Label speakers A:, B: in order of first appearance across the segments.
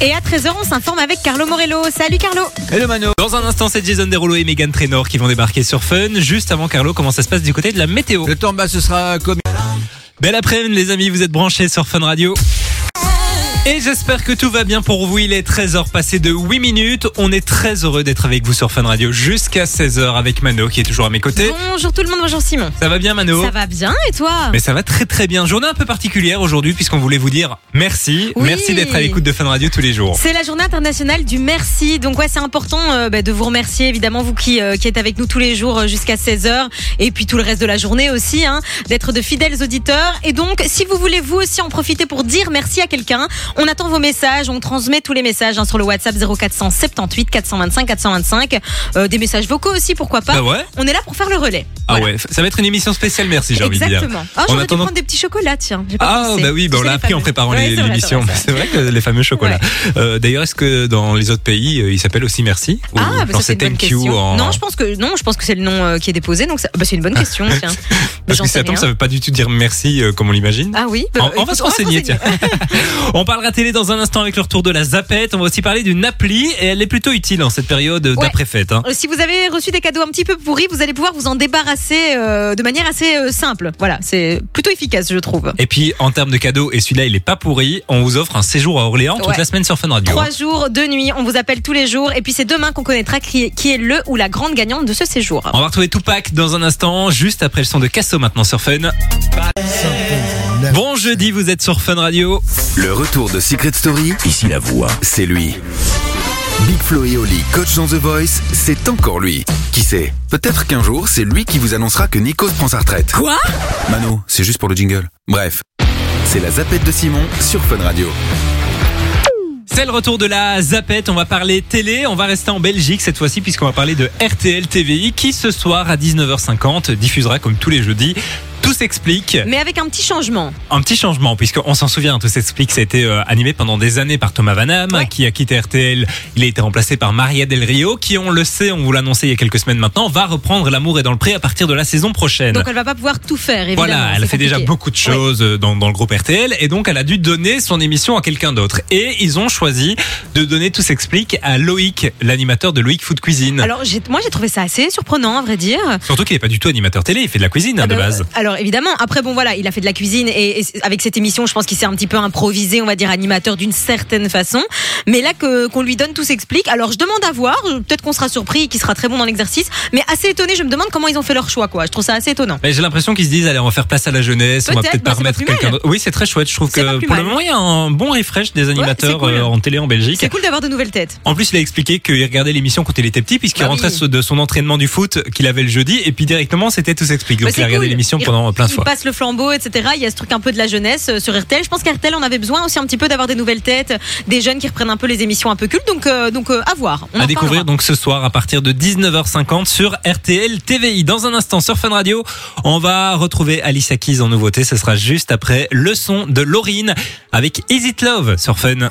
A: Et à 13h, on s'informe avec Carlo Morello. Salut Carlo
B: Hello Mano
C: Dans un instant, c'est Jason Derulo et Megan Trainor qui vont débarquer sur Fun. Juste avant, Carlo, comment ça se passe du côté de la météo
B: Le temps bas, ce sera comme...
C: Belle après-midi, les amis, vous êtes branchés sur Fun Radio. Et j'espère que tout va bien pour vous. Il est 13h passé de 8 minutes. On est très heureux d'être avec vous sur Fun Radio jusqu'à 16h avec Mano qui est toujours à mes côtés.
A: Bonjour tout le monde, bonjour Simon.
C: Ça va bien Mano
A: Ça va bien et toi
C: Mais ça va très très bien. Journée un peu particulière aujourd'hui puisqu'on voulait vous dire merci.
A: Oui.
C: Merci d'être à l'écoute de Fun Radio tous les jours.
A: C'est la journée internationale du merci. Donc ouais, c'est important euh, bah, de vous remercier évidemment vous qui euh, qui êtes avec nous tous les jours euh, jusqu'à 16h et puis tout le reste de la journée aussi hein, d'être de fidèles auditeurs et donc si vous voulez vous aussi en profiter pour dire merci à quelqu'un, on attend vos messages, on transmet tous les messages hein, sur le WhatsApp 0478 425 425 Euh, des messages vocaux aussi pourquoi pas.
C: Bah ouais.
A: On est là pour faire le relais.
C: Ah
A: Voilà.
C: ouais, ça va être une émission spéciale merci, j'ai envie de dire.
A: Exactement. Ah,
C: En
A: j'aurais dû
C: attendant-
A: prendre des petits chocolats, tiens. J'ai pas
C: Ah
A: pensé.
C: bah oui,
A: Tu
C: bah, on
A: sais,
C: l'a
A: les
C: appris en
A: fameux.
C: préparant
A: Ouais,
C: les-
A: c'est vrai,
C: l'émission.
A: c'est vrai, c'est
C: C'est vrai que les fameux chocolats. Euh, D'ailleurs, est-ce que dans les autres pays, euh, ils s'appellent aussi merci Ou
A: Ah, bah
C: genre
A: ça c'est une bonne
C: thank you
A: question.
C: en-
A: Non, je pense que non, je pense que c'est le nom euh, qui est déposé, donc ça- bah, c'est une bonne question. tiens. Mais
C: Parce
A: j'en
C: que
A: sais
C: si attends,
A: rien.
C: ça veut pas du tout dire merci euh, comme on l'imagine.
A: Ah oui. bah,
C: On- on, va
A: écoute,
C: se renseigner, tiens. on parlera télé dans un instant avec le retour de la zapette. On va aussi parler d'une appli et elle est plutôt utile en cette période d'après-fête. hein.
A: Euh, Si vous avez reçu des cadeaux un petit peu pourris, vous allez pouvoir vous en débarrasser euh, de manière assez euh, simple. Voilà, c'est plutôt efficace, je trouve.
C: Et puis, en termes de cadeaux, et celui-là, il est pas pourri, on vous offre un séjour à Orléans toute
A: Ouais.
C: la semaine sur Fun Radio.
A: Trois jours, deux nuits, on vous appelle tous les jours, et puis c'est demain qu'on connaîtra qui qui est le ou la grande gagnante de ce séjour.
C: On va retrouver Tupac dans un instant, juste après le son de Casso maintenant sur Fun. Bon jeudi, vous êtes sur Fun Radio.
D: Le retour de Secret Story, ici la voix, c'est lui. Big Flo et Oli, coach dans The Voice, c'est encore lui. Qui sait Peut-être qu'un jour, c'est lui qui vous annoncera que Nico prend sa retraite.
A: Quoi
D: Mano, c'est juste pour le jingle. Bref, c'est la zapette de Simon sur Fun Radio.
C: C'est le retour de la Zapette. On va parler télé. On va rester en Belgique cette fois-ci puisqu'on va parler de RTL TVI qui ce soir à 19h50 diffusera comme tous les jeudis. Tout s'explique.
A: Mais avec un petit changement.
C: Un petit changement, puisqu'on s'en souvient, Tout s'explique, ça a été euh, animé pendant des années par Thomas Vanham,
A: Ouais.
C: qui a quitté RTL. Il a été remplacé par Maria Del Rio, qui, on le sait, on vous l'a annoncé il y a quelques semaines maintenant, va reprendre L'amour est dans le pré à partir de la saison prochaine.
A: Donc elle va pas pouvoir tout faire, évidemment.
C: Eh ben. Voilà, elle
A: c'est
C: a fait déjà
A: compliqué.
C: beaucoup de choses euh, dans, dans le groupe RTL et donc elle a dû donner son émission à quelqu'un d'autre. Et ils ont choisi de donner Tout s'explique à Loïc, l'animateur de Loïc Food Cuisine.
A: Alors j'ai- moi j'ai trouvé ça assez surprenant à vrai dire.
C: Surtout qu'il n'est pas du tout animateur télé, il fait de la cuisine hein, de
A: Euh,
C: base.
A: alors évidemment, après bon voilà, il a fait de la cuisine et, et c- avec cette émission, je pense qu'il s'est un petit peu improvisé, on va dire animateur d'une certaine façon. Mais là que qu'on lui donne tout s'explique. Alors je demande à voir, euh, peut-être qu'on sera surpris et qu'il sera très bon dans l'exercice, mais assez étonné, je me demande comment ils ont fait leur choix quoi. Je trouve ça assez étonnant.
C: Mais j'ai l'impression qu'ils se disent allez on va faire place à la jeunesse, on va
A: Peut-être,
C: peut-être pas
A: bah, c'est pas
C: remettre
A: plus
C: quelqu'un
A: mal.
C: d'autre. Oui c'est très chouette, je trouve
A: C'est pas
C: que
A: plus
C: pour le
A: mal.
C: moment il y a un bon refresh des animateurs
A: cool.
C: euh, en télé en Belgique.
A: C'est cool d'avoir de nouvelles têtes.
C: En plus, il a expliqué qu'il regardait l'émission quand il était petit, puisqu'il
A: Bah
C: rentrait
A: oui.
C: de son entraînement du foot qu'il avait le jeudi, et puis directement, c'était tout s'explique. Donc,
A: Bah, c'est
C: il a regardé
A: cool.
C: l'émission
A: Il-
C: pendant euh, plein de fois.
A: Il passe le flambeau, etc. Il y a ce truc un peu de la jeunesse euh, sur RTL. Je pense qu'RTL en avait besoin aussi un petit peu d'avoir des nouvelles têtes, des jeunes qui reprennent un peu les émissions un peu cultes. Donc, euh, donc euh, à voir. On en
C: à découvrir
A: parlera.
C: donc ce soir à partir de 19h50 sur RTL TVI. Dans un instant sur Fun Radio, on va retrouver Alicia Keys en nouveauté. Ce sera juste après le son de Laurine avec Is It Love sur Fun.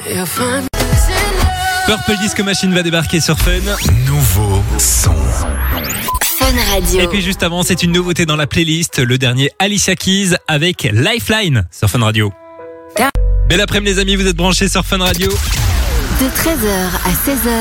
C: Purple Disco Machine va débarquer sur Fun.
D: Nouveau son.
E: Fun Radio.
C: Et puis juste avant, c'est une nouveauté dans la playlist, le dernier Alicia Keys avec Lifeline sur Fun Radio. Belle après-midi les amis, vous êtes branchés sur Fun Radio.
E: De 13h à 16h,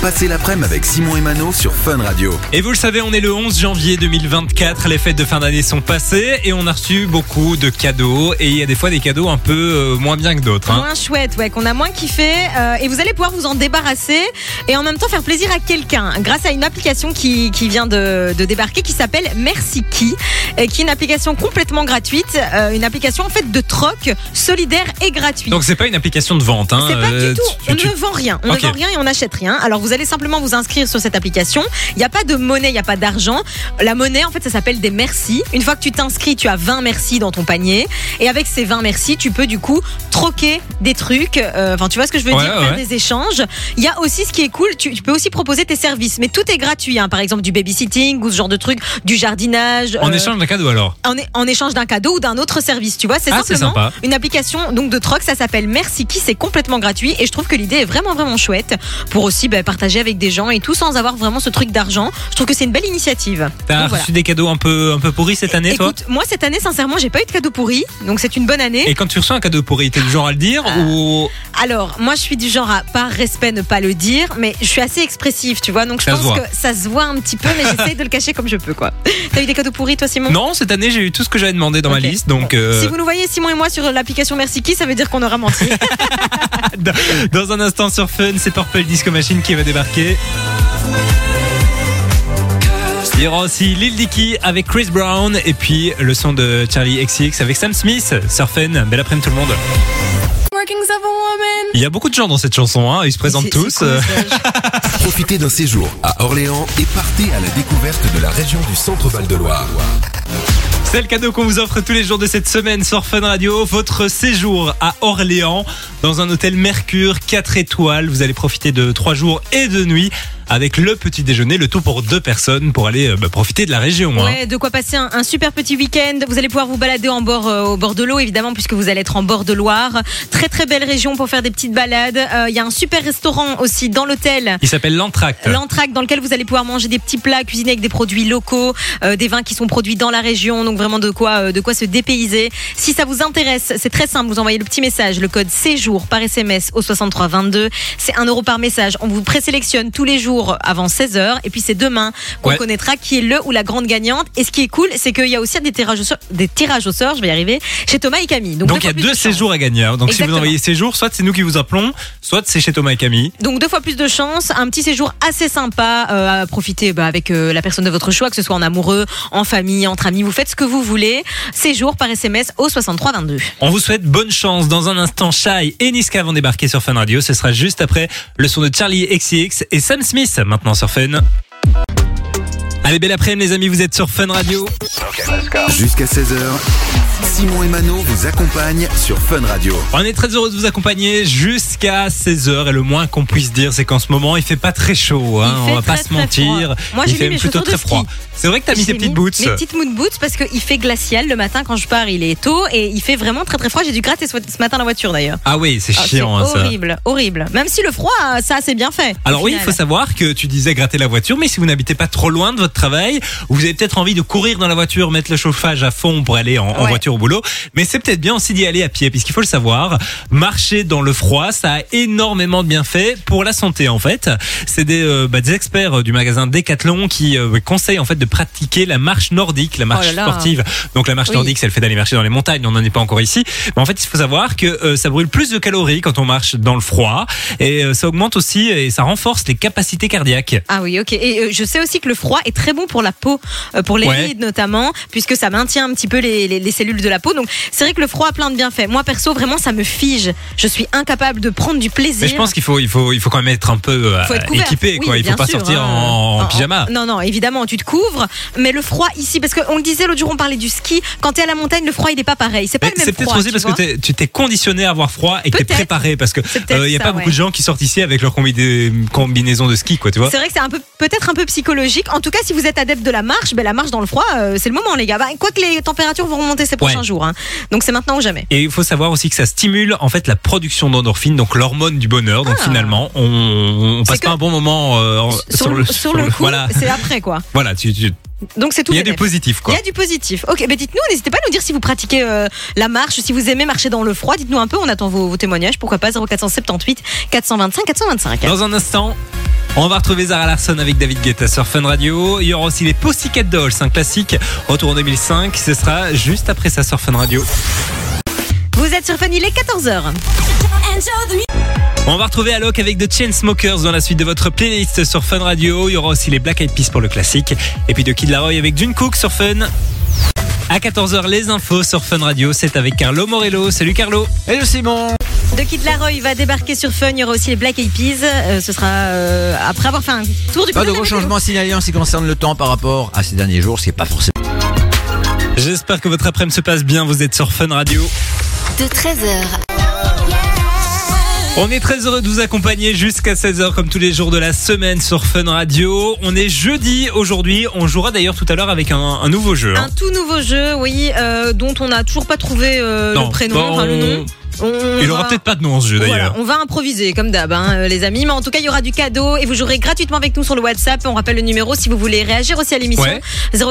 D: Passez l'après-midi avec Simon et Mano sur Fun Radio.
C: Et vous le savez, on est le 11 janvier 2024, les fêtes de fin d'année sont passées et on a reçu beaucoup de cadeaux et il y a des fois des cadeaux un peu euh, moins bien que d'autres. hein.
A: moins chouette, ouais, qu'on a moins kiffé. euh, et vous allez pouvoir vous en débarrasser et en même temps faire plaisir à quelqu'un grâce à une application qui, qui vient de, de débarquer qui s'appelle Merci Qui, et qui est une application complètement gratuite, euh, une application en fait de troc solidaire et gratuite.
C: Donc c'est pas une application de vente. Hein.
A: C'est pas
C: euh,
A: du tout.
C: tu-
A: on
C: tu-
A: ne vend rien. On
C: Ok.
A: ne vend rien et on n'achète rien. Alors vous allez simplement vous inscrire sur cette application. Il n'y a pas de monnaie, il n'y a pas d'argent. La monnaie, en fait, ça s'appelle des merci. Une fois que tu t'inscris, tu as 20 merci dans ton panier. Et avec ces 20 merci, tu peux du coup troquer des trucs. Euh, Enfin, tu vois ce que je veux
C: Ouais,
A: dire
C: ouais,
A: Faire
C: ouais.
A: des échanges. Il y a aussi ce qui est cool, tu, tu peux aussi proposer tes services. Mais tout est gratuit. hein. Par exemple, du babysitting ou ce genre de truc, du jardinage.
C: En
A: euh,
C: échange d'un cadeau alors.
A: en, é- en échange d'un cadeau ou d'un autre service. Tu vois, c'est
C: Ah, c'est
A: simplement
C: sympa.
A: une application donc de troc. Ça s'appelle Merci qui, c'est complètement gratuit et je trouve que l'idée est vraiment vraiment chouette pour aussi bah, partager avec des gens et tout sans avoir vraiment ce truc d'argent. Je trouve que c'est une belle initiative. Donc,
C: T'as reçu
A: voilà.
C: des cadeaux un peu, un peu pourris cette année, toi
A: Écoute, moi cette année, sincèrement, j'ai pas eu de cadeau pourri, donc c'est une bonne année.
C: Et quand tu reçois un cadeau pourri, t'es du genre à le dire
A: Ah.
C: ou
A: Alors, moi, je suis du genre à, par respect, ne pas le dire, mais je suis assez expressive, tu vois. Donc, je
C: Ça se
A: pense
C: voit.
A: que ça se voit un petit peu, mais j'essaye de le cacher comme je peux, quoi. T'as eu des cadeaux pourris, toi, Simon
C: Non, cette année j'ai eu tout ce que j'avais demandé dans
A: Ok.
C: ma liste, donc euh,
A: Si vous nous voyez, Simon et moi, sur l'application Merci Qui, ça veut dire qu'on aura menti.
C: dans un instant sur Fun, c'est Purple Disco Machine qui va débarquer. Il y aura aussi Lil Dicky avec Chris Brown et puis le son de Charlie XX avec Sam Smith sur Fun. Belle après-midi tout le monde. Il y a beaucoup de gens dans cette chanson, hein, ils se présentent
A: C'est-
C: tous.
A: c'est con,
C: euh,
A: ça.
D: Profitez d'un séjour à Orléans et partez à la découverte de la région du Centre-Val de Loire.
C: C'est le cadeau qu'on vous offre tous les jours de cette semaine sur Fun Radio. Votre séjour à Orléans dans un hôtel Mercure 4 étoiles. Vous allez profiter de 3 jours et de nuits avec le petit déjeuner, le tout pour deux personnes pour aller euh, bah, profiter de la région. hein.
A: Ouais, de quoi passer un, un super petit week-end. Vous allez pouvoir vous balader en bord, euh, au bord de l'eau, évidemment, puisque vous allez être en bord de Loire. Très très belle région pour faire des petites balades. Euh, Il y a un super restaurant aussi dans l'hôtel.
C: Il s'appelle l'entracte.
A: L'entraque dans lequel vous allez pouvoir manger des petits plats cuisinés avec des produits locaux, euh, des vins qui sont produits dans la région, donc vraiment de quoi, euh, de quoi se dépayser. Si ça vous intéresse, c'est très simple, vous envoyez le petit message, le code séjour par SMS au 6322. C'est 1 euro par message. On vous présélectionne tous les jours avant 16h et puis c'est demain qu'on
C: Ouais.
A: connaîtra qui est le ou la grande gagnante. Et ce qui est cool, c'est qu'il y a aussi des tirages au sort, des tirages au sort, je vais y arriver, chez Thomas et Camille. Donc,
C: Donc il y
A: fois
C: a
A: plus
C: deux
A: de chance.
C: séjours à gagner. hein. Donc si vous
A: Exactement.
C: envoyez séjour, soit c'est nous qui vous appelons, soit c'est chez Thomas et Camille.
A: Donc deux fois plus de chance, un petit séjour assez sympa euh, à profiter bah, avec euh, la personne de votre choix, que ce soit en amoureux, en famille, entre amis, vous faites ce que vous voulez. Séjour par SMS au 6322.
C: On vous souhaite bonne chance. Dans un instant, Shai et Niska vont débarquer sur Fun Radio. Ce sera juste après le son de Charlie XCX et Sam Smith, maintenant sur Fun. Allez, belle après-midi les amis, vous êtes sur Fun Radio.
D: Jusqu'à 16h, Simon et Mano vous accompagnent sur Fun Radio.
C: On est très heureux de vous accompagner jusqu'à 16h et le moins qu'on puisse dire c'est qu'en ce moment il fait pas très chaud, hein,
A: Il
C: on
A: fait
C: va pas
A: très,
C: se
A: très
C: mentir,
A: froid. Moi,
C: il
A: j'ai mis
C: fait
A: mes
C: plutôt
A: chaussures de
C: très
A: ski.
C: froid. C'est vrai que t'as mis
A: J'ai
C: tes petites
A: mis
C: boots.
A: Mes petites mood boots parce qu'il fait glacial le matin quand je pars, il est tôt et il fait vraiment très très froid. J'ai dû gratter ce ce matin la voiture d'ailleurs.
C: Ah oui, c'est
A: Ah,
C: chiant hein,
A: c'est
C: ça.
A: horrible, horrible. Même si le froid, euh, ça c'est bien fait.
C: Alors
A: au
C: oui, il
A: final.
C: faut savoir que tu disais gratter la voiture, mais si vous n'habitez pas trop loin de votre travail, vous avez peut-être envie de courir dans la voiture, mettre le chauffage à fond pour aller en, en
A: Ouais.
C: voiture au boulot, mais c'est peut-être bien aussi d'y aller à pied, puisqu'il faut le savoir, marcher dans le froid, ça a énormément de bienfaits pour la santé en fait. C'est des, euh, bah, des experts euh, du magasin Decathlon qui euh, conseillent en fait de pratiquer la marche nordique, la marche
A: Oh là là.
C: sportive. Donc la marche
A: Oui.
C: nordique, c'est le fait d'aller marcher dans les montagnes, on n'en est pas encore ici, mais en fait, il faut savoir que euh, ça brûle plus de calories quand on marche dans le froid et euh, ça augmente aussi et ça renforce les capacités cardiaques.
A: Ah oui, ok. Et euh, je sais aussi que le froid est très bon pour la peau, euh, pour les
C: Ouais.
A: rides notamment, puisque ça maintient un petit peu les, les- les cellules de la peau. Donc c'est vrai que le froid a plein de bienfaits. Moi perso, vraiment, ça me fige. Je suis incapable de prendre du plaisir.
C: Mais je pense qu'il faut, il faut, il faut quand même être un peu euh,
A: Faut être couvert.
C: équipé,
A: Oui,
C: quoi. Il faut
A: bien
C: pas
A: sûr,
C: sortir
A: hein.
C: en, en pyjama.
A: Non, non, évidemment, tu te couvres. Mais le froid ici, parce qu'on le disait l'autre jour, on parlait du ski. Quand t'es à la montagne, le froid, il n'est pas pareil. C'est pas
C: Mais
A: le même
C: C'est peut-être
A: froid,
C: aussi
A: tu
C: parce
A: vois.
C: que t'es- tu t'es conditionné à avoir froid et que t'es
A: Peut-être.
C: préparé parce que
A: C'est
C: il
A: peut-être
C: y a
A: ça,
C: pas beaucoup
A: ouais.
C: de gens qui sortent ici avec leur combi des- combinaison de ski, quoi, tu vois.
A: C'est vrai que c'est un peu peut-être un peu psychologique. En tout cas, si vous êtes adepte de la marche, ben, la marche dans le froid, euh, c'est le moment, les gars. Ben, quoi que les températures vont remonter ces prochains
C: Ouais.
A: jours, hein. donc c'est maintenant ou jamais.
C: Et il faut savoir aussi que ça stimule en fait la production d'endorphines, donc l'hormone du bonheur. Donc
A: Ah.
C: finalement, on, on
A: C'est
C: passe
A: que-
C: pas un bon moment euh, en-
A: sur, le, sur le coup,
C: Voilà,
A: c'est après quoi.
C: voilà. Tu, tu-
A: Donc c'est tout.
C: il y a du
A: bénef.
C: positif,
A: Il
C: quoi.
A: y a du positif. Ok, mais dites-nous, n'hésitez pas à nous dire si vous pratiquez euh, la marche, si vous aimez marcher dans le froid. Dites-nous un peu, on attend vos, vos témoignages. Pourquoi pas 0478 425 425.
C: Dans un instant, on va retrouver Zara Larson avec David Guetta sur Fun Radio. Il y aura aussi les Pussycat Dolls, un classique. Retour en 2005, ce sera juste après ça sur Fun Radio.
A: Vous êtes sur Fun, il est 14h.
C: On va retrouver Alok avec The Chainsmokers dans la suite de votre playlist sur Fun Radio. Il y aura aussi les Black Eyed Peas pour le classique. Et puis de Kid Laroi avec June Cook sur Fun. À 14h, les infos sur Fun Radio, c'est avec Carlo Morello. Salut Carlo
B: Hello Simon
A: De Kid Laroi va débarquer sur Fun. Il y aura aussi les Black Eyed Peas. Euh, ce sera euh, après avoir fait un tour du
B: Pas de gros
A: côté la météo.
B: changements signalés en ce qui concerne le temps par rapport à ces derniers jours, ce qui n'est pas forcément.
C: J'espère que votre après-midi se passe bien, vous êtes sur Fun Radio.
E: De 13h
C: On est très heureux de vous accompagner jusqu'à 16h comme tous les jours de la semaine sur Fun Radio. On est jeudi aujourd'hui, on jouera d'ailleurs tout à l'heure avec un, un nouveau jeu. hein.
A: Un tout nouveau jeu, oui, euh, dont on n'a toujours pas trouvé euh,
C: Non,
A: le prénom,
C: bon,
A: enfin le
C: on-
A: nom. On,
C: Il
A: va-
C: aura peut-être pas de nom en ce jeu
A: Voilà,
C: d'ailleurs.
A: on va improviser comme d'hab, hein, euh, les amis. Mais en tout cas, il y aura du cadeau et vous jouerez gratuitement avec nous sur le WhatsApp. On rappelle le numéro si vous voulez réagir aussi à l'émission
C: Ouais.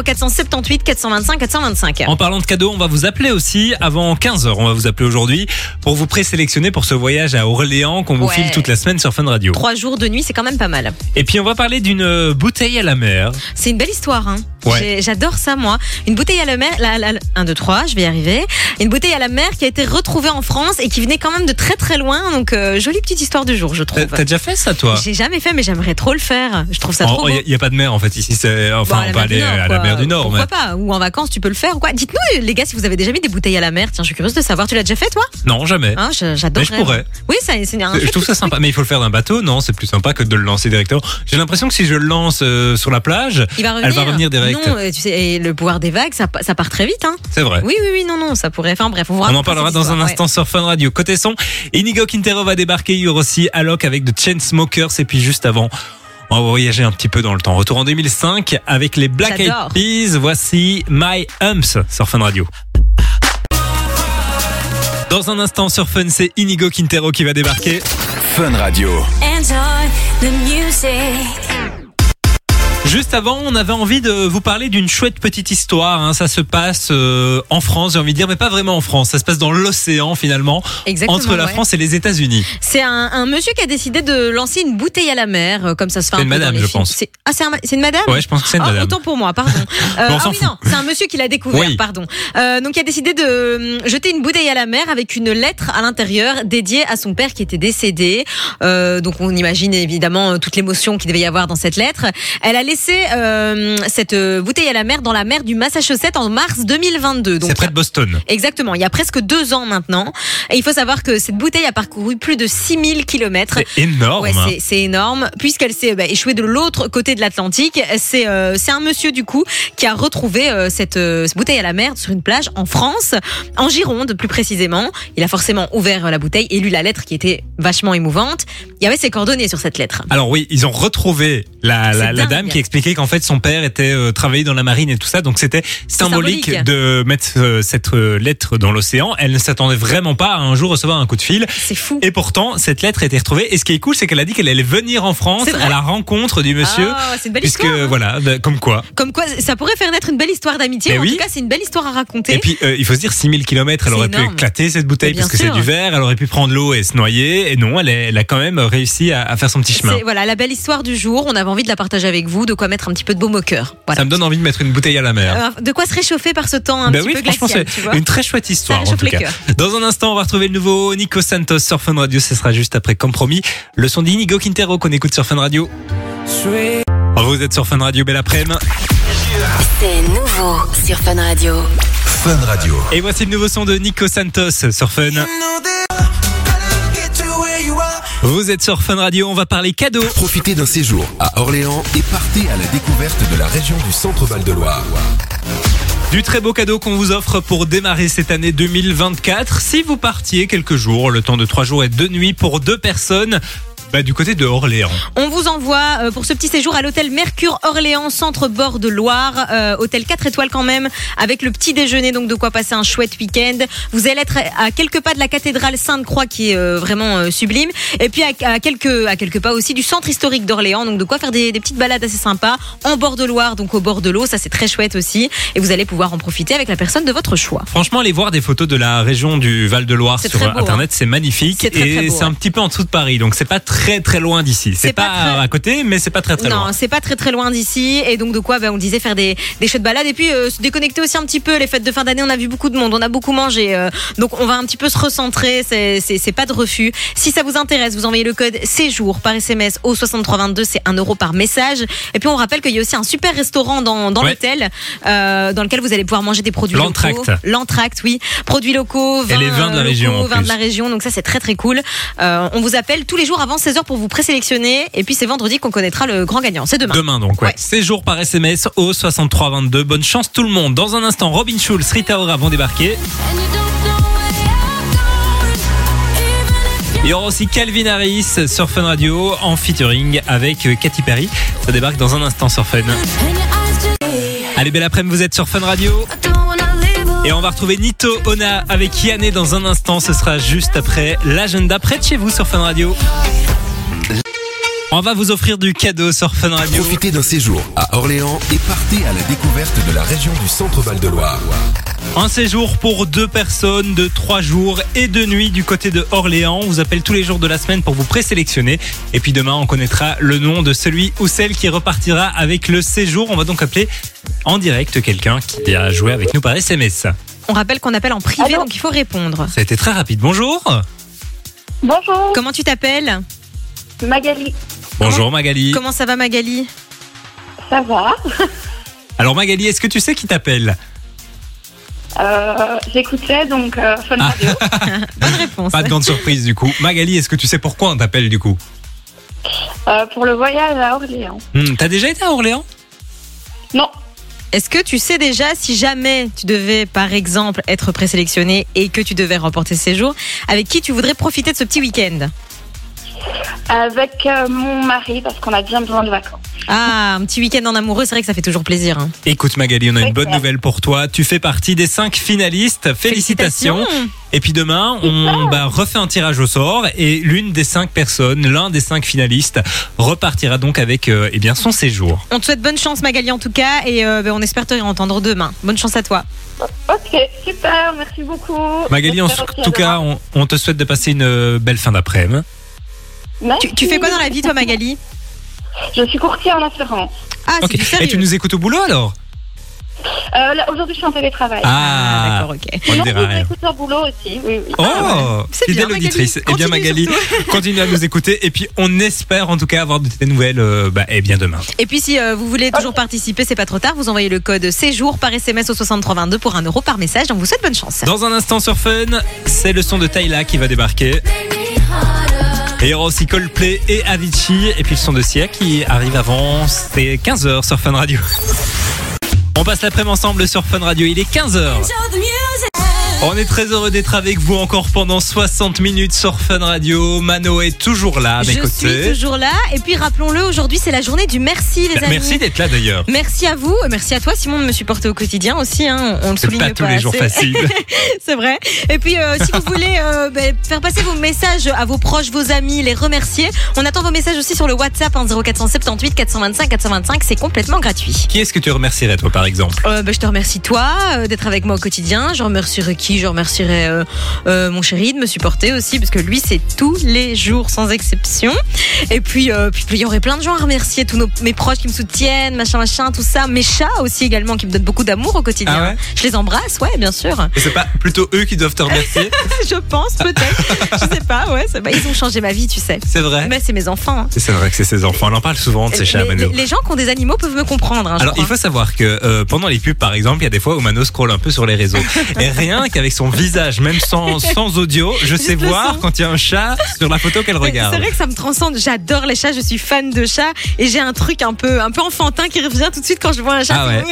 A: 0478 425 425.
C: En parlant de cadeaux, on va vous appeler aussi avant 15h. On va vous appeler aujourd'hui pour vous présélectionner pour ce voyage à Orléans qu'on vous
A: Ouais.
C: file toute la semaine sur Fun Radio.
A: Trois jours de nuit, c'est quand même pas mal.
C: Et puis on va parler d'une euh, bouteille à la mer.
A: C'est une belle histoire. Hein.
C: Ouais.
A: J'ai- J'adore ça, moi. Une bouteille à la mer, la, la, 1, 2, 3, je vais y arriver. Une bouteille à la mer qui a été retrouvée en France et qui venait quand même de très très loin. Donc, euh, jolie petite histoire du jour, je
C: T'as
A: trouve.
C: Euh, t'as déjà fait ça toi
A: J'ai jamais fait, mais j'aimerais trop le faire. Je trouve ça trop beau.
C: Il n'y a, pas de mer en fait ici. c'est- euh, Enfin,
A: Bon, à
C: on
A: la
C: va
A: mer du
C: aller
A: Nord,
C: à la
A: quoi.
C: mer du Nord.
A: Pourquoi
C: mais-
A: pas Ou en vacances, tu peux le faire ou quoi Dites-nous, les gars, si vous avez déjà mis des bouteilles à la mer. Tiens, je suis curieuse de savoir. Tu l'as déjà fait, toi
C: Non, jamais.
A: hein, je- J'adorerais.
C: mais je pourrais.
A: Oui, ça, c'est un.
C: Je trouve ça sympa, mais il faut le faire d'un bateau, non C'est plus sympa que de le lancer directement. J'ai l'impression que si je le lance euh, sur la plage,
A: Il va revenir.
C: elle va revenir direct.
A: Non, euh, tu sais, et le pouvoir des vagues, ça, pa- ça part très vite. Hein.
C: C'est vrai.
A: Oui, oui, oui, non, non, ça pourrait. Enfin, bref, on voit.
C: On en parlera dans un instant sur Fun Radio. Côté son, Inigo Quintero va débarquer. Il y aura aussi Alok avec The Chainsmokers. Et puis juste avant, on va voyager un petit peu dans le temps. Retour en 2005 avec les Black Eyed
A: J'adore.
C: Peas. Voici My Humps sur Fun Radio. Dans un instant sur Fun, c'est Inigo Quintero qui va débarquer.
D: Fun Radio.
F: Enjoy the music.
C: Juste avant, on avait envie de vous parler d'une chouette petite histoire. hein. Ça se passe euh, en France, j'ai envie de dire, mais pas vraiment en France. Ça se passe dans l'océan finalement,
A: Exactement,
C: entre la
A: ouais. Ah,
C: France et les États-Unis.
A: C'est un, un monsieur qui a décidé de lancer une bouteille à la mer, euh, comme ça se fait
C: C'est
A: un
C: une
A: peu dans
C: madame,
A: les
C: je
A: films.
C: pense.
A: C'est- Ah, c'est un ma- c'est une madame
C: Ouais, je pense que c'est une
A: Ah,
C: madame.
A: autant pour moi, pardon. Euh,
C: Bon, on
A: ah
C: s'en
A: oui,
C: fout.
A: non, c'est un monsieur qui l'a découvert,
C: Oui.
A: pardon. Euh, donc, il a décidé de hum, jeter une bouteille à la mer avec une lettre à l'intérieur dédiée à son père qui était décédé. Euh, donc, on imagine évidemment euh, toute l'émotion qu'il devait y avoir dans cette lettre. Elle a laissé euh, cette euh, bouteille à la mer dans la mer du Massachusetts en mars 2022. Donc,
C: C'est près de Boston.
A: Exactement, il y a presque deux ans maintenant. Et il faut savoir que cette bouteille a parcouru plus de 6000 kilomètres.
C: C'est énorme.
A: Ouais, c'est- c'est énorme. Puisqu'elle s'est bah, échouée de l'autre côté de l'Atlantique, c'est euh, c'est un monsieur du coup qui a retrouvé euh, cette, euh, cette bouteille à la mer sur une plage en France, en Gironde plus précisément. Il a forcément ouvert euh, la bouteille et lu la lettre qui était vachement émouvante. Il y avait ses coordonnées sur cette lettre.
C: Alors oui, ils ont retrouvé la, la,
A: C'est
C: la
A: dingue.
C: dame qui expliquait qu'en fait son père était euh, travaillé dans la marine et tout ça, donc c'était symbolique,
A: symbolique.
C: de mettre euh, cette euh, lettre dans l'océan. Elle ne s'attendait vraiment pas à un jour recevoir un coup de fil.
A: C'est fou.
C: Et pourtant, cette lettre a été retrouvée. Et ce qui est cool, c'est qu'elle a dit qu'elle allait venir en France
A: C'est vrai
C: à la rencontre du monsieur.
A: Ah, c'est une belle
C: Puisque
A: histoire. hein.
C: voilà, bah, comme quoi.
A: Comme quoi, ça pourrait faire naître une belle histoire d'amitié.
C: Mais
A: ou En
C: oui.
A: tout cas, c'est une belle histoire à raconter.
C: Et puis, euh, il faut se dire, 6000 km, elle
A: C'est
C: aurait pu
A: énorme.
C: éclater cette bouteille
A: Mais bien
C: parce que c'est
A: sûr.
C: du verre, elle aurait pu prendre l'eau et se noyer. Et non, elle, est- elle a quand même réussi à, à faire son petit chemin.
A: C'est voilà la belle histoire du jour. On avait envie de la partager avec vous, de quoi mettre un petit peu de baume au cœur. Voilà.
C: Ça me donne envie de mettre une bouteille à la mer.
A: Euh, de quoi se réchauffer par ce temps un
C: Bah
A: petit
C: oui,
A: peu
C: franchement,
A: glacial, tu vois.
C: c'est une très chouette histoire en
A: réchauffe
C: tout
A: les
C: cas. Dans un instant, on va retrouver le nouveau Nico Santos sur Fun Radio. Ce sera juste après Compromis. Le son d'Inigo Quintero qu'on écoute sur Fun Radio. Vous êtes sur Fun Radio, belle après-midi.
E: C'est nouveau sur Fun Radio.
D: Fun Radio.
C: Et voici le nouveau son de Nico Santos sur Fun. Vous êtes sur Fun Radio, on va parler cadeaux.
D: Profitez d'un séjour à Orléans et partez à la découverte de la région du Centre-Val de Loire.
C: Du très beau cadeau qu'on vous offre pour démarrer cette année 2024. Si vous partiez quelques jours, le temps de trois jours et deux nuits pour deux personnes, bah, du côté de Orléans.
A: On vous envoie euh, pour ce petit séjour à l'hôtel Mercure Orléans, centre bord de Loire, euh, hôtel 4 étoiles quand même, avec le petit déjeuner, donc de quoi passer un chouette week-end. Vous allez être à quelques pas de la cathédrale Sainte-Croix qui est euh, vraiment euh, sublime, et puis à, à quelques, à quelques pas aussi du centre historique d'Orléans, donc de quoi faire des, des petites balades assez sympas en bord de Loire, donc au bord de l'eau, ça c'est très chouette aussi, et vous allez pouvoir en profiter avec la personne de votre choix.
C: Franchement, aller voir des photos de la région du Val-de-Loire
A: C'est
C: sur
A: très beau, hein.
C: Internet, c'est magnifique.
A: C'est très, très
C: et
A: beau,
C: c'est un
A: ouais.
C: petit peu en dessous de Paris, donc c'est pas très très loin d'ici. C'est
A: C'est
C: pas,
A: pas très-
C: à côté, mais c'est pas très très
A: Non,
C: loin.
A: c'est pas très très loin d'ici. Et donc de quoi ben, on disait faire des, des chouettes balades et puis euh, se déconnecter aussi un petit peu. Les fêtes de fin d'année, on a vu beaucoup de monde, on a beaucoup mangé. euh, donc on va un petit peu se recentrer, c'est- c'est c'est pas de refus. Si ça vous intéresse, vous envoyez le code séjour par SMS au 6322, c'est 1 euro par message. Et puis on rappelle qu'il y a aussi un super restaurant dans, dans
C: Ouais.
A: l'hôtel euh, dans lequel vous allez pouvoir manger des produits
C: L'entracte.
A: locaux. L'entracte, oui. Produits locaux,
C: Et
A: vins,
C: les vins de la
A: euh,
C: région,
A: locaux,
C: en
A: vins de
C: plus.
A: la région. Donc ça c'est très très cool. Euh, on vous appelle tous les jours avant 16h pour vous présélectionner. Et puis c'est vendredi qu'on connaîtra le grand gagnant. C'est demain.
C: Demain donc, ouais.
A: Ouais.
C: Séjour par SMS au 6322. Bonne chance tout le monde. Dans un instant, Robin Schulz, Rita Ora vont débarquer.
F: And you don't know where you're going. Even if you
C: Il y aura aussi Calvin Harris sur Fun Radio en featuring avec Katy Perry. Ça débarque dans un instant sur Fun.
F: and your eyes just
C: Allez, belle après-midi, vous êtes sur Fun Radio.
F: I don't wanna leave
C: Et on va retrouver Nito Ona avec Yanné dans un instant. Ce sera juste après l'agenda près de chez vous sur Fun Radio. On va vous offrir du cadeau sur Fun Radio.
D: Profitez d'un séjour à Orléans et partez à la découverte de la région du Centre-Val de Loire.
C: Un séjour pour deux personnes de trois jours et de nuits du côté de Orléans. On vous appelle tous les jours de la semaine pour vous présélectionner. Et puis demain, on connaîtra le nom de celui ou celle qui repartira avec le séjour. On va donc appeler en direct quelqu'un qui a joué avec nous par SMS.
A: On rappelle qu'on appelle en privé, donc il faut répondre.
C: Ça a été très rapide. Bonjour.
G: Bonjour,
A: Comment tu t'appelles
G: Magali.
C: Bonjour Magali.
A: Comment ça va Magali
G: Ça va
C: Alors Magali, est-ce que tu sais qui t'appelle
G: euh, J'écoutais donc euh, Fun
C: Ah.
G: Radio.
A: Bonne réponse.
C: Pas de grande surprise du coup. Magali, est-ce que tu sais pourquoi on t'appelle du coup
G: Euh, pour le voyage à Orléans.
C: Hmm, T'as déjà été à Orléans
G: Non,
A: Est-ce que tu sais déjà si jamais tu devais par exemple être présélectionné et que tu devais remporter ce séjour, avec qui tu voudrais profiter de ce petit week-end
G: avec euh, mon mari parce qu'on a bien besoin de vacances.
A: Ah, un petit week-end en amoureux, c'est vrai que ça fait toujours plaisir. hein.
C: Écoute Magali, on a une
G: Oui,
C: bonne
G: c'est vrai.
C: nouvelle pour toi. Tu fais partie des cinq finalistes. Félicitations. Et puis demain, on bah, refait un tirage au sort et l'une des cinq personnes, l'un des cinq finalistes, repartira donc avec euh, eh bien son séjour.
A: On te souhaite bonne chance Magali en tout cas et euh, ben, on espère te réentendre demain. Bonne chance à toi.
G: Ok, super, merci beaucoup.
C: Magali, en
G: J'espère aussi à
C: tout
G: demain.
C: cas, on, on te souhaite de passer une euh, belle fin d'après-midi.
G: Merci.
A: Tu, tu fais quoi dans la vie toi Magali
G: Je suis courtier en assurance.
A: Ah,
C: Ok.
A: c'est du sérieux.
C: Et tu nous écoutes au boulot alors
G: Euh, là, Aujourd'hui, je suis en télétravail.
A: Ah,
C: Ah,
A: d'accord, ok.
C: on ne
G: non,
C: dira
G: je vous
C: rien.
G: écoute au boulot aussi. Oui, oui.
C: Oh,
A: Ah, C'est bien,
C: fidèle
A: Magali.
C: auditrice. Eh bien,
A: Continue
C: Magali, continue à nous écouter. Et puis, on espère en tout cas avoir de tes nouvelles euh, bah, eh bien demain.
A: Et puis si euh, vous voulez toujours participer, c'est pas trop tard, vous envoyez le code séjour par SMS au 6322 pour 1 euro par message, donc vous souhaite bonne chance.
C: Dans un instant sur Fun, c'est le son de Tyla qui va débarquer. Et il y aura aussi Coldplay et Avicii. Et puis le son de Sia qui arrive avant. C'est 15h sur Fun Radio. On passe l'après-midi ensemble sur Fun Radio. Il est 15h. On est très heureux d'être avec vous encore pendant 60 minutes sur Fun Radio. Mano est toujours là à mes
A: Je suis
C: côtés.
A: toujours là. Et puis rappelons-le, aujourd'hui c'est la journée du merci, les amis.
C: Bah, Merci d'être là d'ailleurs.
A: Merci à vous, et merci à toi Simon de me supporter au quotidien aussi, hein. on on le
C: C'est
A: souligne
C: pas
A: pas,
C: tous les jours
A: assez.
C: facile.
A: C'est vrai. Et puis euh, si vous voulez euh, ben, faire passer vos messages à vos proches, vos amis, les remercier, on attend vos messages aussi sur le WhatsApp hein, 0478 425 425, c'est complètement gratuit.
C: Qui est-ce que tu remercierais toi par exemple
A: Euh, ben, je te remercie toi euh, d'être avec moi au quotidien, je remercierai qui Je remercierai euh, euh, mon chéri de me supporter aussi, parce que lui c'est tous les jours sans exception. Et puis euh, puis puis, il y aurait plein de gens à remercier, tous nos, mes proches qui me soutiennent, machin machin, tout ça, mes chats aussi également qui me donnent beaucoup d'amour au quotidien.
C: Ah ouais
A: je les embrasse, ouais bien sûr.
C: Et c'est pas plutôt eux qui doivent te remercier
A: Je pense peut-être. je sais pas, ouais, ça, bah, ils ont changé ma vie, tu sais.
C: C'est vrai.
A: Mais c'est mes enfants. hein.
C: C'est vrai que c'est ses enfants. On en parle souvent de ces chats à
A: les,
C: Mano.
A: les- les gens qui ont des animaux peuvent me comprendre. hein, je
C: Alors, il
A: crois.
C: faut savoir que euh, pendant les pubs, par exemple, il y a des fois où Mano scrolle un peu sur les réseaux. Et rien qu'avec son visage, même sans, sans audio, je sais
A: le
C: voir
A: son.
C: quand il y a un chat sur la photo qu'elle
A: C'est-
C: regarde.
A: C'est vrai que ça me transcende. J'adore les chats. Je suis fan de chats et j'ai un truc un peu, un peu enfantin qui revient tout de suite quand je vois un chat.
C: Ah ouais.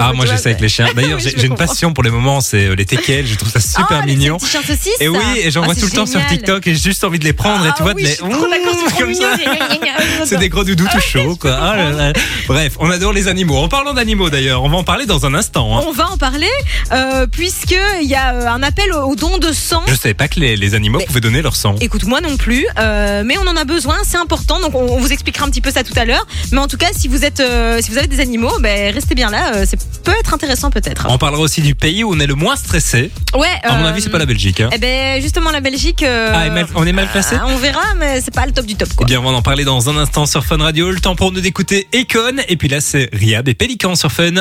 C: Ah, moi,
A: Tu vois,
C: j'essaie avec les chiens. D'ailleurs,
A: Oui,
C: j'ai
A: je me
C: j'ai une
A: comprends.
C: passion pour les moments, c'est euh, les teckels. Je trouve ça
A: Ah,
C: super
A: les
C: mignon.
A: petits chiens saucisses.
C: Et oui, et j'en
A: Ah,
C: vois
A: c'est
C: tout le temps sur
A: génial.
C: TikTok et j'ai juste envie de les prendre et
A: Ah
C: tu vois, de
A: oui,
C: les-
A: je suis trop d'accord, c'est trop
C: comme ça.
A: mignon.
C: C'est des gros doudous tout chauds, quoi. Ah là là. Bref, on adore les animaux. En parlant d'animaux, d'ailleurs, on va en parler dans un instant. hein.
A: On va en parler euh, puisque il y a euh, un appel au au don de sang.
C: Je savais pas que les, les animaux
A: Mais-
C: pouvaient donner leur sang.
A: Écoute, moi non plus, euh, mais on en a besoin, c'est important, donc on, on vous expliquera un petit peu ça tout à l'heure. Mais en tout cas, si vous êtes, euh, si vous avez des animaux, ben restez bien là, euh, ça peut être intéressant peut-être.
C: On parlera aussi du pays où on est le moins stressé.
A: Ouais.
C: À mon
A: euh,
C: avis, c'est pas la Belgique. hein.
A: Eh ben justement la Belgique. euh,
C: Ah, et mal- on est mal placé
A: ah, on verra, mais c'est pas le top du top
C: Eh
A: quoi.
C: bien, on va en parler dans un instant sur Fun Radio. Le temps pour nous d'écouter Econ. Et puis là, c'est Riab et Pélican sur Fun.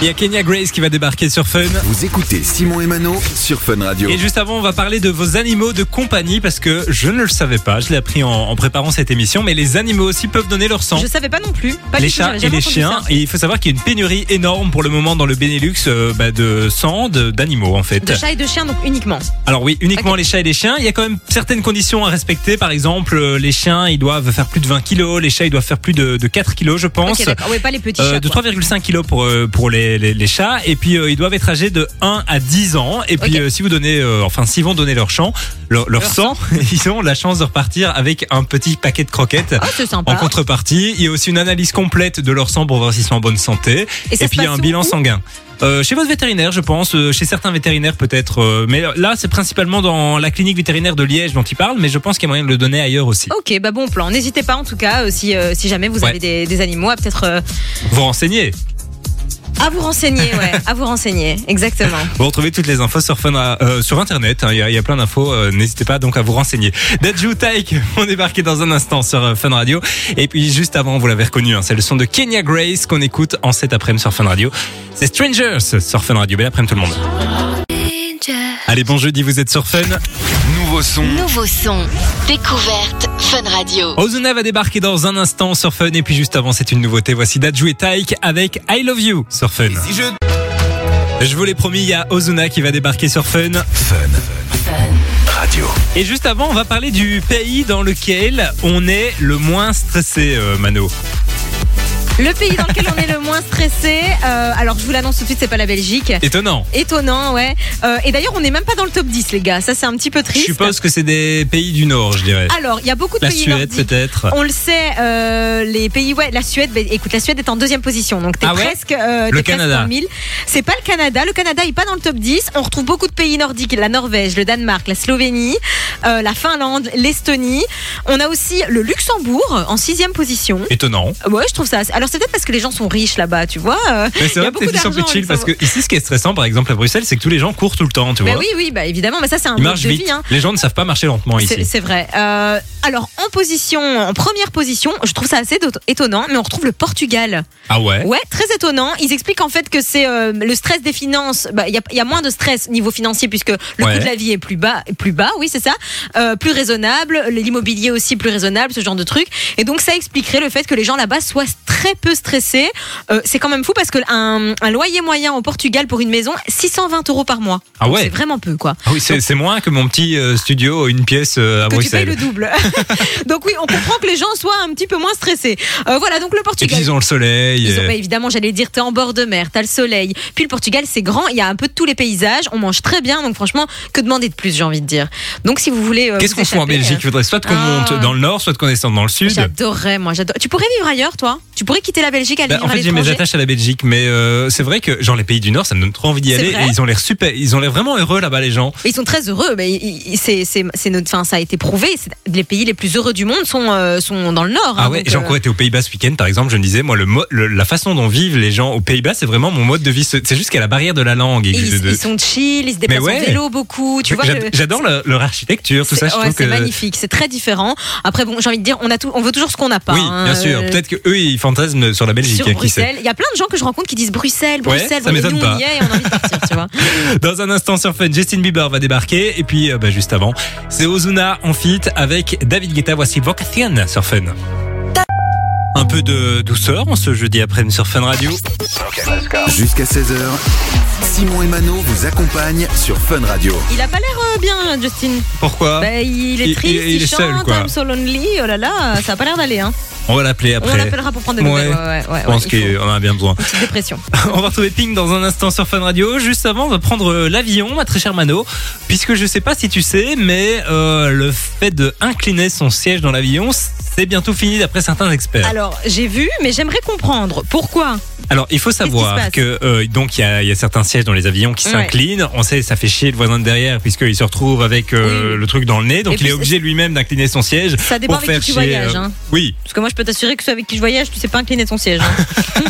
C: Il y a Kenya Grace qui va débarquer sur Fun.
D: Vous écoutez Simon et Mano sur Fun Radio.
C: Et juste avant, on va parler de vos animaux de compagnie parce que je ne le savais pas. Je l'ai appris en, en préparant cette émission. Mais les animaux aussi peuvent donner leur sang.
A: Je savais pas non plus. Pas
C: les
A: du tout,
C: chats
A: j'avais
C: et
A: jamais
C: les
A: entendu
C: chiens.
A: ça.
C: Et il faut savoir qu'il y a une pénurie énorme pour le moment dans le Benelux euh, bah, de sang, de- d'animaux en fait.
A: De chats et de chiens donc uniquement.
C: Alors oui, uniquement les chats et les chiens. Il y a quand même certaines conditions à respecter. Par exemple, euh, les chiens, ils doivent faire plus de 20 kilos. Les chats, ils doivent faire plus de, de 4 kilos, je pense.
A: Ok d'accord. Ouais pas les petits
C: Euh,
A: chats.
C: de
A: quoi.
C: 3,5 kilos pour, euh, pour les, les, les- les chats. Et puis, euh, ils doivent être âgés de 1 à 10 ans. Et puis,
A: Ok.
C: euh, si vous donnez, euh, enfin, s'ils vont donner leur chant, leur, leur
A: Leur
C: sang, ils ont la chance de repartir avec un petit paquet de croquettes.
A: Ah, c'est
C: En
A: sympa.
C: contrepartie, il y a aussi une analyse complète de leur sang pour voir s'ils sont en bonne santé.
A: Et ça se
C: puis il y a
A: passe
C: un
A: où
C: bilan sanguin. Euh, chez votre vétérinaire, je pense, euh, chez certains vétérinaires peut-être, euh, mais là c'est principalement dans la clinique vétérinaire de Liège dont il parle, mais je pense qu'il y a moyen de le donner ailleurs aussi.
A: Ok, bah bon plan. N'hésitez pas en tout cas, euh, si, euh, si jamais vous
C: Ouais.
A: avez des, des animaux, à peut-être euh,
C: Vous renseignez.
A: à vous renseigner, ouais, à vous renseigner, exactement.
C: Vous retrouvez toutes les infos sur, Fun- euh, sur internet, hein, il y, a- il y a plein d'infos, euh, n'hésitez pas donc à vous renseigner. Dajou Taik, on débarquait dans un instant sur euh, Fun Radio, et puis juste avant, vous l'avez reconnu, hein, c'est le son de Kenya Grace qu'on écoute en cet après-midi sur Fun Radio. C'est Strangers sur Fun Radio, bel après-midi tout le monde. Allez, bon jeudi, vous êtes sur Fun.
D: Nouveau son.
E: Nouveau son, découverte Fun Radio.
C: Ozuna va débarquer dans un instant sur Fun. Et puis juste avant, c'est une nouveauté. Voici Dadju et Taïk avec I Love You sur Fun. Je vous l'ai promis, il y a Ozuna qui va débarquer sur Fun.
D: Fun. Radio.
C: Et juste avant, on va parler du pays dans lequel on est le moins stressé, euh, Mano.
A: Le pays dans lequel on est le moins stressé, euh, alors je vous l'annonce tout de suite, c'est pas la Belgique.
C: Étonnant.
A: Étonnant, ouais. Euh, et d'ailleurs, on n'est même pas dans le top 10, les gars. Ça, c'est un petit peu
C: Je
A: triste.
C: suppose que c'est des pays du Nord, je dirais.
A: Alors, il y a beaucoup de
C: La
A: pays
C: Suède,
A: nordiques.
C: peut-être.
A: On le sait, euh, les pays, ouais, la Suède, bah, écoute, la Suède est en deuxième position, donc t'es
C: Ah ouais
A: presque, euh,
C: Le
A: t'es presque
C: Canada.
A: en mille. C'est pas le Canada, le Canada est pas dans le top 10. On retrouve beaucoup de pays nordiques, la Norvège, le Danemark, la Slovénie, euh, la Finlande, l'Estonie. On a aussi le Luxembourg en sixième position.
C: Étonnant.
A: Ouais, je trouve ça. assez- Alors c'est peut-être parce que les gens sont riches là-bas, tu vois. euh,
C: Mais
A: il y
C: c'est
A: a
C: vrai que
A: beaucoup
C: c'est plus
A: d'argent,
C: simple chill parce que ici, ce qui est stressant, par exemple, à Bruxelles, c'est que tous les gens courent tout le temps, tu
A: Bah
C: vois.
A: oui, oui, bah évidemment, mais ça c'est un
C: Ils
A: mode
C: marchent
A: de
C: vite.
A: vie. hein.
C: Les gens ne savent pas marcher lentement ici.
A: C'est c'est vrai. Euh, alors en position, en première position, je trouve ça assez do- étonnant, mais on retrouve le Portugal.
C: Ah ouais.
A: Ouais, très étonnant. Ils expliquent en fait que c'est euh, le stress des finances. Bah, Il y, a- il y a moins de stress niveau financier puisque le
C: Ouais.
A: coût de la vie est plus bas, plus bas, oui c'est ça, Euh, plus raisonnable, l'immobilier aussi plus raisonnable, ce genre de truc. Et donc ça expliquerait le fait que les gens là-bas soient très peu stressés. Euh, c'est quand même fou parce que un, un loyer moyen au Portugal pour une maison, 620 euros par mois.
C: Ah
A: Donc,
C: ouais.
A: C'est vraiment peu quoi.
C: Ah oui, c'est c'est moins que mon petit euh, studio, une pièce euh, à
A: Que tu payes le
C: Bruxelles.
A: double. donc oui, on comprend que les gens soient un petit peu moins stressés. Euh, voilà, donc le
C: Et
A: Portugal.
C: puis ils ont le soleil.
A: Ils ont-
C: euh,
A: bah, évidemment, j'allais dire, t'es en bord de mer, t'as le soleil. Puis le Portugal, c'est grand, il y a un peu de tous les paysages, on mange très bien, donc franchement, que demander de plus, j'ai envie de dire. Donc si vous voulez. euh,
C: Qu'est-ce
A: vous
C: qu'on fait en
A: échapper,
C: Belgique Il faudrait soit qu'on
A: Ah.
C: monte dans le nord, soit qu'on descende dans le
A: euh,
C: sud.
A: J'adorerais, moi, j'adore. Tu pourrais vivre ailleurs, toi Tu pourrais quitter la Belgique, aller
C: Bah,
A: vivre
C: en
A: à
C: fait, j'ai mes
A: l'étranger
C: attaches à la Belgique, mais euh, c'est vrai que genre les pays du nord, ça me donne trop envie d'y
A: C'est
C: aller.
A: vrai
C: Et ils ont l'air super, ils ont l'air vraiment heureux là-bas, les gens.
A: Mais Ils sont très heureux, mais ils- ils- c'est, c'est, c'est notre, enfin, ça a été prouvé. c'est- les pays les plus heureux du monde sont, euh, sont dans le nord.
C: Ah
A: hein,
C: ouais,
A: donc,
C: j'ai
A: euh,
C: encore été aux Pays-Bas ce week-end, par exemple. Je me disais, moi, le, mo- le- la façon dont vivent les gens aux Pays-Bas, c'est vraiment mon mode de vie. C'est juste qu'à la barrière de la langue. et
A: et
C: que
A: euh, ils,
C: de- de-
A: ils sont chill, ils se déplacent
C: ouais.
A: en vélo beaucoup. Tu vois,
C: J'ad-
A: le-
C: J'adore leur, leur architecture, tout ça.
A: C'est-
C: Je
A: ouais,
C: trouve
A: c'est
C: que
A: magnifique, c'est très différent. Après, bon, j'ai envie de dire, on, a tout, on veut toujours ce qu'on n'a pas.
C: oui,
A: hein,
C: bien sûr.
A: euh,
C: Peut-être que eux, ils fantasment sur la Belgique.
A: sur
C: hein, qui sait.
A: Bruxelles. Il y a plein de gens que je rencontre qui disent Bruxelles,
C: Ouais,
A: Bruxelles, bon,
C: ça
A: mais
C: m'étonne
A: nous,
C: pas.
A: on y est et on a envie de partir, tu vois.
C: Dans un instant sur Fun, Justin Bieber va débarquer. Et puis, euh, bah, juste avant, c'est Ozuna en feat avec David Guetta. Voici Vocation sur Fun. Un peu de douceur en ce jeudi après-midi sur Fun Radio.
D: Jusqu'à 16h, Simon et Mano vous accompagnent sur Fun Radio.
A: Il a pas l'air euh, bien, Justin.
C: Pourquoi
A: Bah, il
C: Ah. il-
A: est triste,
C: il-
A: il,
C: il est
A: chante,
C: seul, quoi.
A: I'm so lonely, oh là là, ça a pas l'air d'aller. Hein.
C: On va l'appeler
A: On
C: après.
A: l'appellera pour prendre des
C: Ouais.
A: nouvelles. Ouais, ouais, ouais,
C: Je pense
A: ouais, il faut
C: qu'on en a bien besoin.
A: Une petite dépression.
C: On va retrouver Ping dans un instant sur Fun Radio. Juste avant, on va prendre euh, l'avion, ma très chère Mano. Puisque je sais pas si tu sais, mais euh, le fait de incliner son siège dans l'avion, c'est bientôt fini d'après certains experts.
A: Alors, j'ai vu, mais j'aimerais comprendre pourquoi.
C: Alors, il faut savoir
A: Qu'est-ce qui
C: que euh, donc il y a, il y a certains sièges dans les avions qui
A: Ouais.
C: s'inclinent. On sait, ça fait chier le voisin de derrière puisqu'il se retrouve avec euh,
A: Oui.
C: le truc dans le nez, donc
A: Et
C: il
A: puis,
C: est obligé lui-même d'incliner son siège.
A: Ça dépend
C: pour
A: avec qui tu
C: faire chier,
A: voyages.
C: euh,
A: hein.
C: Oui.
A: Parce que moi, je peux t'assurer que ceux avec qui je voyage, tu sais pas incliner ton siège. hein.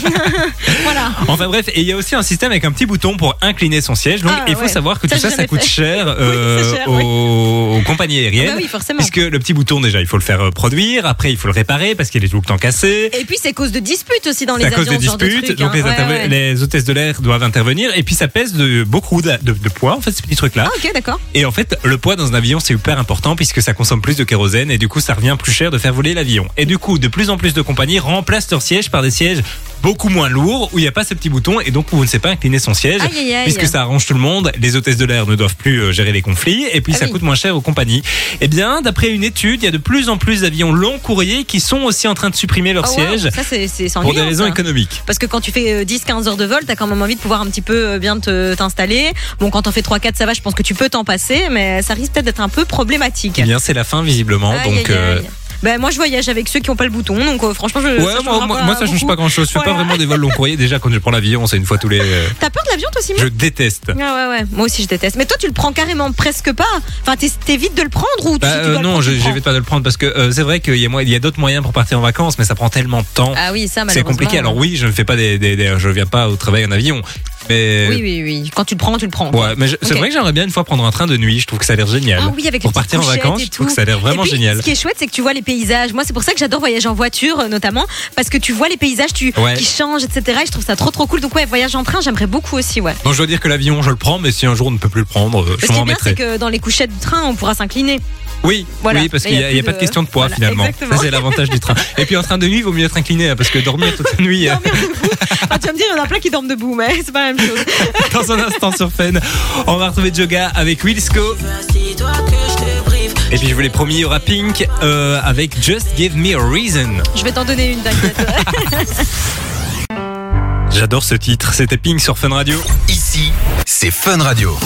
A: voilà.
C: Enfin bref, et il y a aussi un système avec un petit bouton pour incliner son siège. Donc
A: Ah,
C: il faut
A: ouais.
C: savoir que
A: Ça,
C: tout ça,
A: j'ai
C: ça
A: jamais
C: coûte
A: fait.
C: cher, euh,
A: Oui, c'est cher, oui.
C: aux, aux compagnies
A: Ah
C: aériennes.
A: bah oui, forcément.
C: Puisque le petit bouton, déjà, il faut le faire euh, produire, après il faut le réparer parce qu'il est tout le temps cassé.
A: Et puis, c'est cause de disputes aussi dans les
C: C'est à
A: avions.
C: cause des
A: ce genre de
C: disputes,
A: trucs,
C: donc
A: hein.
C: les,
A: Ouais,
C: interve-
A: ouais.
C: les hôtesses de l'air doivent intervenir, et puis ça pèse de beaucoup de, de- de poids, en fait, ce petit truc-là.
A: Ah, ok, d'accord.
C: Et en fait, le poids dans un avion, c'est hyper important puisque ça consomme plus de kérosène, et du coup, ça revient plus cher de faire voler l'avion. Et du coup, de plus en plus de compagnies remplacent leurs sièges par des sièges beaucoup moins lourd où il n'y a pas ce petit bouton et donc où on ne sait pas incliner son siège
A: Aïe, aïe, aïe.
C: puisque ça arrange tout le monde. Les hôtesses de l'air ne doivent plus euh, gérer les conflits et puis
A: Ah
C: ça
A: oui.
C: coûte moins cher aux compagnies. Eh bien, d'après une étude, il y a de plus en plus d'avions longs courriers qui sont aussi en train de supprimer leur
A: Oh, wow,
C: siège
A: Ça, c'est c'est- c'est
C: pour des
A: ennuyant,
C: raisons
A: ça.
C: économiques.
A: Parce que quand tu fais 10-15 heures de vol, t'as quand même envie de pouvoir un petit peu euh, bien te- t'installer. Bon, quand t'en fais 3-4, ça va, je pense que tu peux t'en passer, mais ça risque peut-être d'être un peu problématique.
C: Eh bien, c'est la fin visiblement.
A: Aïe,
C: donc
A: aïe,
C: euh,
A: aïe. Ben, moi, je voyage avec ceux qui n'ont pas le bouton, donc euh, franchement, je.
C: Ouais,
A: ça
C: moi,
A: changera
C: moi, moi, ça change
A: beaucoup.
C: pas grand chose. Je fais pas
A: Voilà.
C: vraiment des vols long courrier. Déjà, quand je prends l'avion, c'est une fois tous les. euh,
A: T'as peur de l'avion, toi, Simon
C: Je déteste.
A: Ah ouais, ouais, moi aussi je déteste. Mais toi, tu le prends carrément presque pas. Enfin, t'es- t'évites de le prendre ou tu,
C: Bah,
A: si tu
C: euh,
A: dois le
C: non,
A: prendre, tu le
C: j'ai- j'évite pas de le prendre parce que euh, c'est vrai qu'il y a, moi- il y a d'autres moyens pour partir en vacances, mais ça prend tellement de temps.
A: prends Ah oui, ça,
C: c'est
A: malheureusement.
C: compliqué. Alors oui, je ne fais pas des, des- des- je viens pas au travail en avion, mais
A: Oui, oui, oui. Quand tu le prends, tu le prends.
C: ouais, mais je- c'est
A: Ok.
C: vrai que j'aimerais bien une fois prendre un train de nuit. Je trouve que ça a l'air génial.
A: Ah oui, avec les
C: pour
A: petites
C: partir en
A: couchettes
C: vacances,
A: et
C: je trouve
A: tout.
C: que ça a l'air vraiment
A: Et puis,
C: génial.
A: Ce qui est chouette, c'est que tu vois les paysages. Moi, c'est pour ça que j'adore voyager en voiture, euh, notamment, parce que tu vois les paysages tu,
C: Ouais.
A: qui changent, etc. Et je trouve ça trop, trop cool. Donc, ouais, voyage en train, j'aimerais beaucoup aussi, ouais.
C: Donc je dois dire que l'avion, je le prends, mais si un jour on ne peut plus le prendre, euh,
A: Ce
C: je
A: qui est
C: m'en
A: bien, c'est
C: remettrai.
A: que dans les couchettes du train, on pourra s'incliner.
C: Oui,
A: Voilà.
C: oui, parce
A: Mais
C: qu'il n'y a,
A: plus
C: il y a pas de question de poids
A: voilà,
C: finalement.
A: Exactement.
C: Ça c'est l'avantage du train. Et puis en train de nuit, il vaut mieux être incliné hein, parce que dormir toute la nuit. euh,
A: Enfin, tu vas me dire, il y en a plein qui dorment debout, mais c'est pas la même chose.
C: dans un instant sur Fun. On va retrouver Joga avec Wilsco. Et puis je vous l'ai promis, il y aura Pink euh, avec Just Give Me a Reason.
A: Je vais t'en donner une, t'inquiète.
C: J'adore ce titre, c'était Pink sur Fun Radio.
D: Ici, c'est Fun Radio.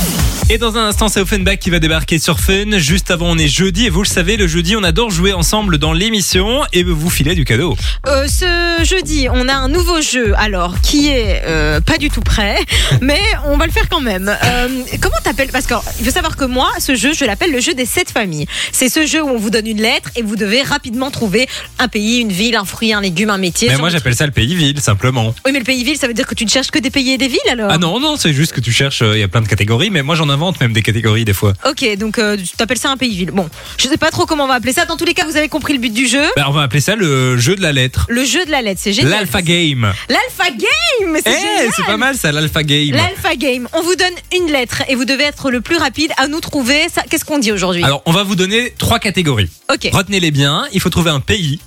C: Et dans un instant, c'est Offenbach qui va débarquer sur Fun. Juste avant, on est jeudi et vous le savez, le jeudi, on adore jouer ensemble dans l'émission et vous filez du cadeau.
A: Euh, ce jeudi, on a un nouveau jeu, alors, qui est euh, pas du tout prêt, mais on va le faire quand même. Euh, comment t'appelles Parce qu'il faut savoir que moi, ce jeu, je l'appelle le jeu des sept familles. C'est ce jeu où on vous donne une lettre et vous devez rapidement trouver un pays, une ville, un fruit, un légume, un métier.
C: Mais
A: sur
C: moi,
A: votre-
C: j'appelle ça le pays-ville, simplement.
A: oui, mais le pays-ville, ça veut dire que tu ne cherches que des pays et des villes alors
C: Ah non, non, c'est juste que tu cherches, euh, il y a plein de catégories, mais moi, j'en invente même des catégories des fois.
A: Ok, donc euh, tu t'appelles ça un pays-ville. Bon, je sais pas trop comment on va appeler ça. Dans tous les cas, vous avez compris le but du jeu.
C: Bah, on va appeler ça le jeu de la lettre.
A: Le jeu de la lettre, c'est génial.
C: L'alpha game.
A: L'alpha game mais
C: Eh,
A: c'est génial.
C: c'est pas mal ça, l'alpha game.
A: L'Alpha Game, on vous donne une lettre et vous devez être le plus rapide à nous trouver. Ça, qu'est-ce qu'on dit aujourd'hui
C: Alors, on va vous donner trois catégories.
A: Ok.
C: Retenez-les bien. Il faut trouver un pays,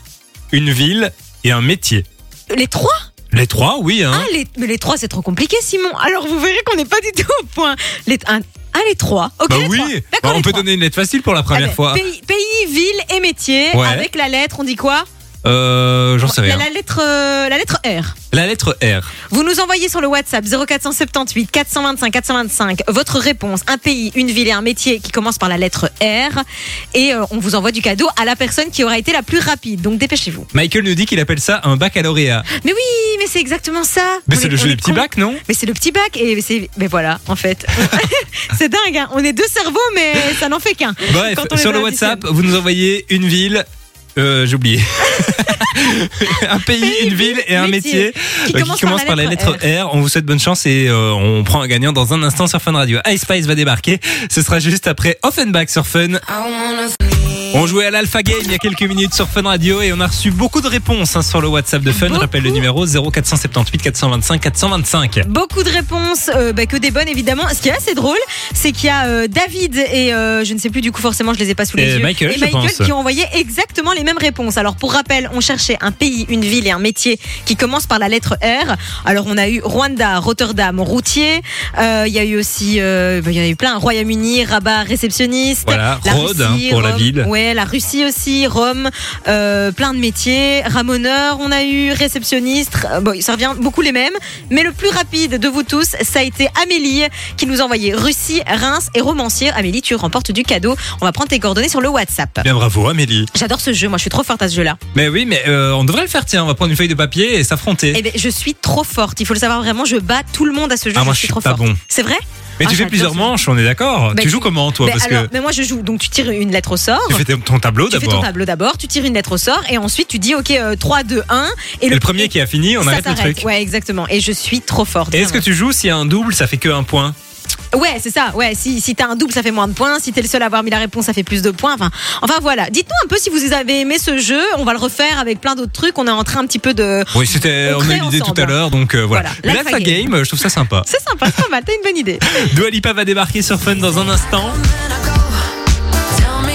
C: une ville et un métier.
A: Les trois
C: Les trois, oui. Hein.
A: Ah, les, mais les trois, c'est trop compliqué, Simon. Alors, vous verrez qu'on n'est pas du tout au point. Les, un- ah, les trois. Ok,
C: bah
A: les
C: oui.
A: trois.
C: Bah,
A: D'accord,
C: on
A: les
C: peut
A: trois.
C: donner une lettre facile pour la
A: Ah
C: première
A: ben,
C: fois.
A: Pays, pays, ville et métier.
C: Ouais.
A: Avec la lettre, on dit quoi
C: Euh, J'en sais
A: la,
C: rien.
A: la lettre, euh, la lettre R.
C: La lettre R.
A: Vous nous envoyez sur le WhatsApp 0478 425 425 votre réponse, un pays, une ville et un métier qui commence par la lettre R. Et euh, on vous envoie du cadeau à la personne qui aura été la plus rapide. Donc dépêchez-vous.
C: Michael nous dit qu'il appelle ça un baccalauréat.
A: Mais oui, mais c'est exactement ça.
C: Mais
A: On
C: c'est
A: est-
C: le
A: on
C: jeu
A: est
C: des petits
A: cons.
C: bacs, non
A: Mais c'est le petit bac et c'est. Mais voilà, en fait. c'est dingue, hein. on est deux cerveaux, mais ça n'en fait qu'un.
C: Bref,
A: Quand on les
C: sur le
A: additionne.
C: WhatsApp, vous nous envoyez une ville. Euh, J'ai oublié. un pays, une ville et un métier,
A: Qui
C: euh,
A: commence
C: qui commence par la lettre R. On vous souhaite bonne chance et euh, on prend un gagnant dans un instant sur Fun Radio. Ice Spice va débarquer. Ce sera juste après Offenbach sur Fun. On jouait à l'Alpha Game il y a quelques minutes sur Fun Radio et on a reçu beaucoup de réponses hein, sur le WhatsApp de Fun. Je rappelle le numéro 0478 425 425.
A: Beaucoup de réponses, euh, bah, que des bonnes évidemment. Ce qui est assez drôle, c'est qu'il y a euh, David et euh, je ne sais plus du coup forcément, je les ai pas sous les
C: Et
A: yeux.
C: Michael,
A: et
C: je
A: Michael
C: pense.
A: qui ont envoyé exactement les mêmes réponses. Alors pour rappel, on cherchait un pays, une ville et un métier qui commence par la lettre R. Alors on a eu Rwanda, Rotterdam, routier. Euh, Il y a eu aussi, euh, bah, il y en a eu plein. Royaume-Uni, Rabat, réceptionniste.
C: Voilà, Rhodes hein, pour la
A: Rome.
C: ville.
A: Ouais, la Russie aussi, Rome, euh, plein de métiers. Ramoneur, on a eu, réceptionniste. euh, bon, ça revient beaucoup les mêmes. Mais le plus rapide de vous tous, ça a été Amélie qui nous envoyait Russie, Reims et romancier. Amélie, tu remportes du cadeau. On va prendre tes coordonnées sur le WhatsApp.
C: Bien bravo Amélie.
A: J'adore ce jeu, moi je suis trop forte à ce jeu-là.
C: Mais oui, mais euh, on devrait le faire, tiens, on va prendre une feuille de papier et s'affronter.
A: Eh ben, je suis trop forte, il faut le savoir vraiment, je bats tout le monde à ce jeu.
C: Ah, moi, je
A: suis
C: suis
A: trop
C: pas
A: forte.
C: bon.
A: C'est vrai
C: Mais
A: Ah,
C: tu fais
A: j'adore
C: plusieurs
A: ce-
C: manches, on est d'accord.
A: Bah,
C: Tu joues
A: tu-
C: comment toi
A: Ben
C: Parce
A: alors,
C: que
A: Mais moi je joue, donc tu tires une lettre au sort.
C: tu fais ton- ton tableau
A: Tu fais ton
C: d'abord.
A: tableau d'abord, tu tires une lettre au sort et ensuite tu dis ok euh, 3, 2, 1 et,
C: Et le premier qui a fini, on
A: ça
C: arrête le
A: s'arrête.
C: truc.
A: Ouais exactement et je suis trop forte.
C: Et est-ce que
A: vraiment.
C: tu joues s'il y a un double, ça fait que un point
A: Ouais c'est ça, ouais si, si t'as un double ça fait moins de points, si t'es le seul à avoir mis la réponse ça fait plus de points, enfin, enfin voilà. Dites-nous un peu si vous avez aimé ce jeu, on va le refaire avec plein d'autres trucs, on est en train un petit peu de...
C: Oui, c'était
A: On
C: on a
A: crée
C: eu l'idée tout
A: ensemble. hein.
C: à l'heure, donc euh, voilà.
A: Voilà,
C: Mais
A: l'Alpha
C: l'Alpha Game, euh, je trouve ça sympa.
A: C'est sympa, c'est pas mal, t'as une bonne idée.
C: Dua Lipa va débarquer sur Fun dans un instant.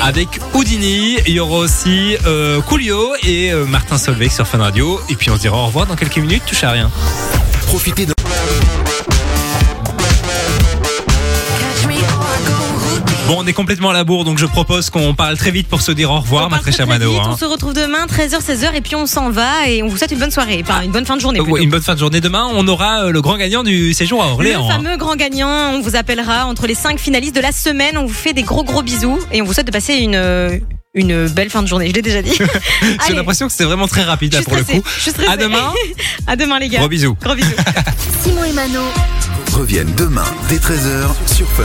C: avec Houdini. Il y aura aussi euh, Coolio et euh, Martin Solveig sur Fun Radio. Et puis on se dira au revoir dans quelques minutes. Touche à rien.
D: Profitez de...
C: Bon, on est complètement à la bourre, donc je propose qu'on parle très vite pour se dire au revoir,
A: On
C: ma
A: part
C: très
A: très,
C: chère
A: très
C: Mano.
A: vite,
C: hein.
A: On se retrouve demain 13h 16h et puis on s'en va et on vous souhaite une bonne soirée, enfin une bonne fin de journée.
C: Donc,
A: plutôt.
C: Ah ouais, une bonne fin de journée demain. On aura euh, le grand gagnant du séjour à
A: Le
C: Orléans. hein.
A: fameux grand gagnant, on vous appellera entre les 5 finalistes de la semaine. On vous fait des gros gros bisous et on vous souhaite de passer une, euh, une belle fin de journée. Je l'ai déjà dit.
C: J'ai
A: Allez,
C: l'impression que c'était vraiment très rapide
A: je
C: là
A: suis
C: pour le
A: stressée,
C: coup.
A: je suis stressée.
C: À demain.
A: à demain les gars.
C: Gros bisous.
A: Gros bisous.
E: Simon et Mano.
D: Reviennent demain dès 13h sur Fun.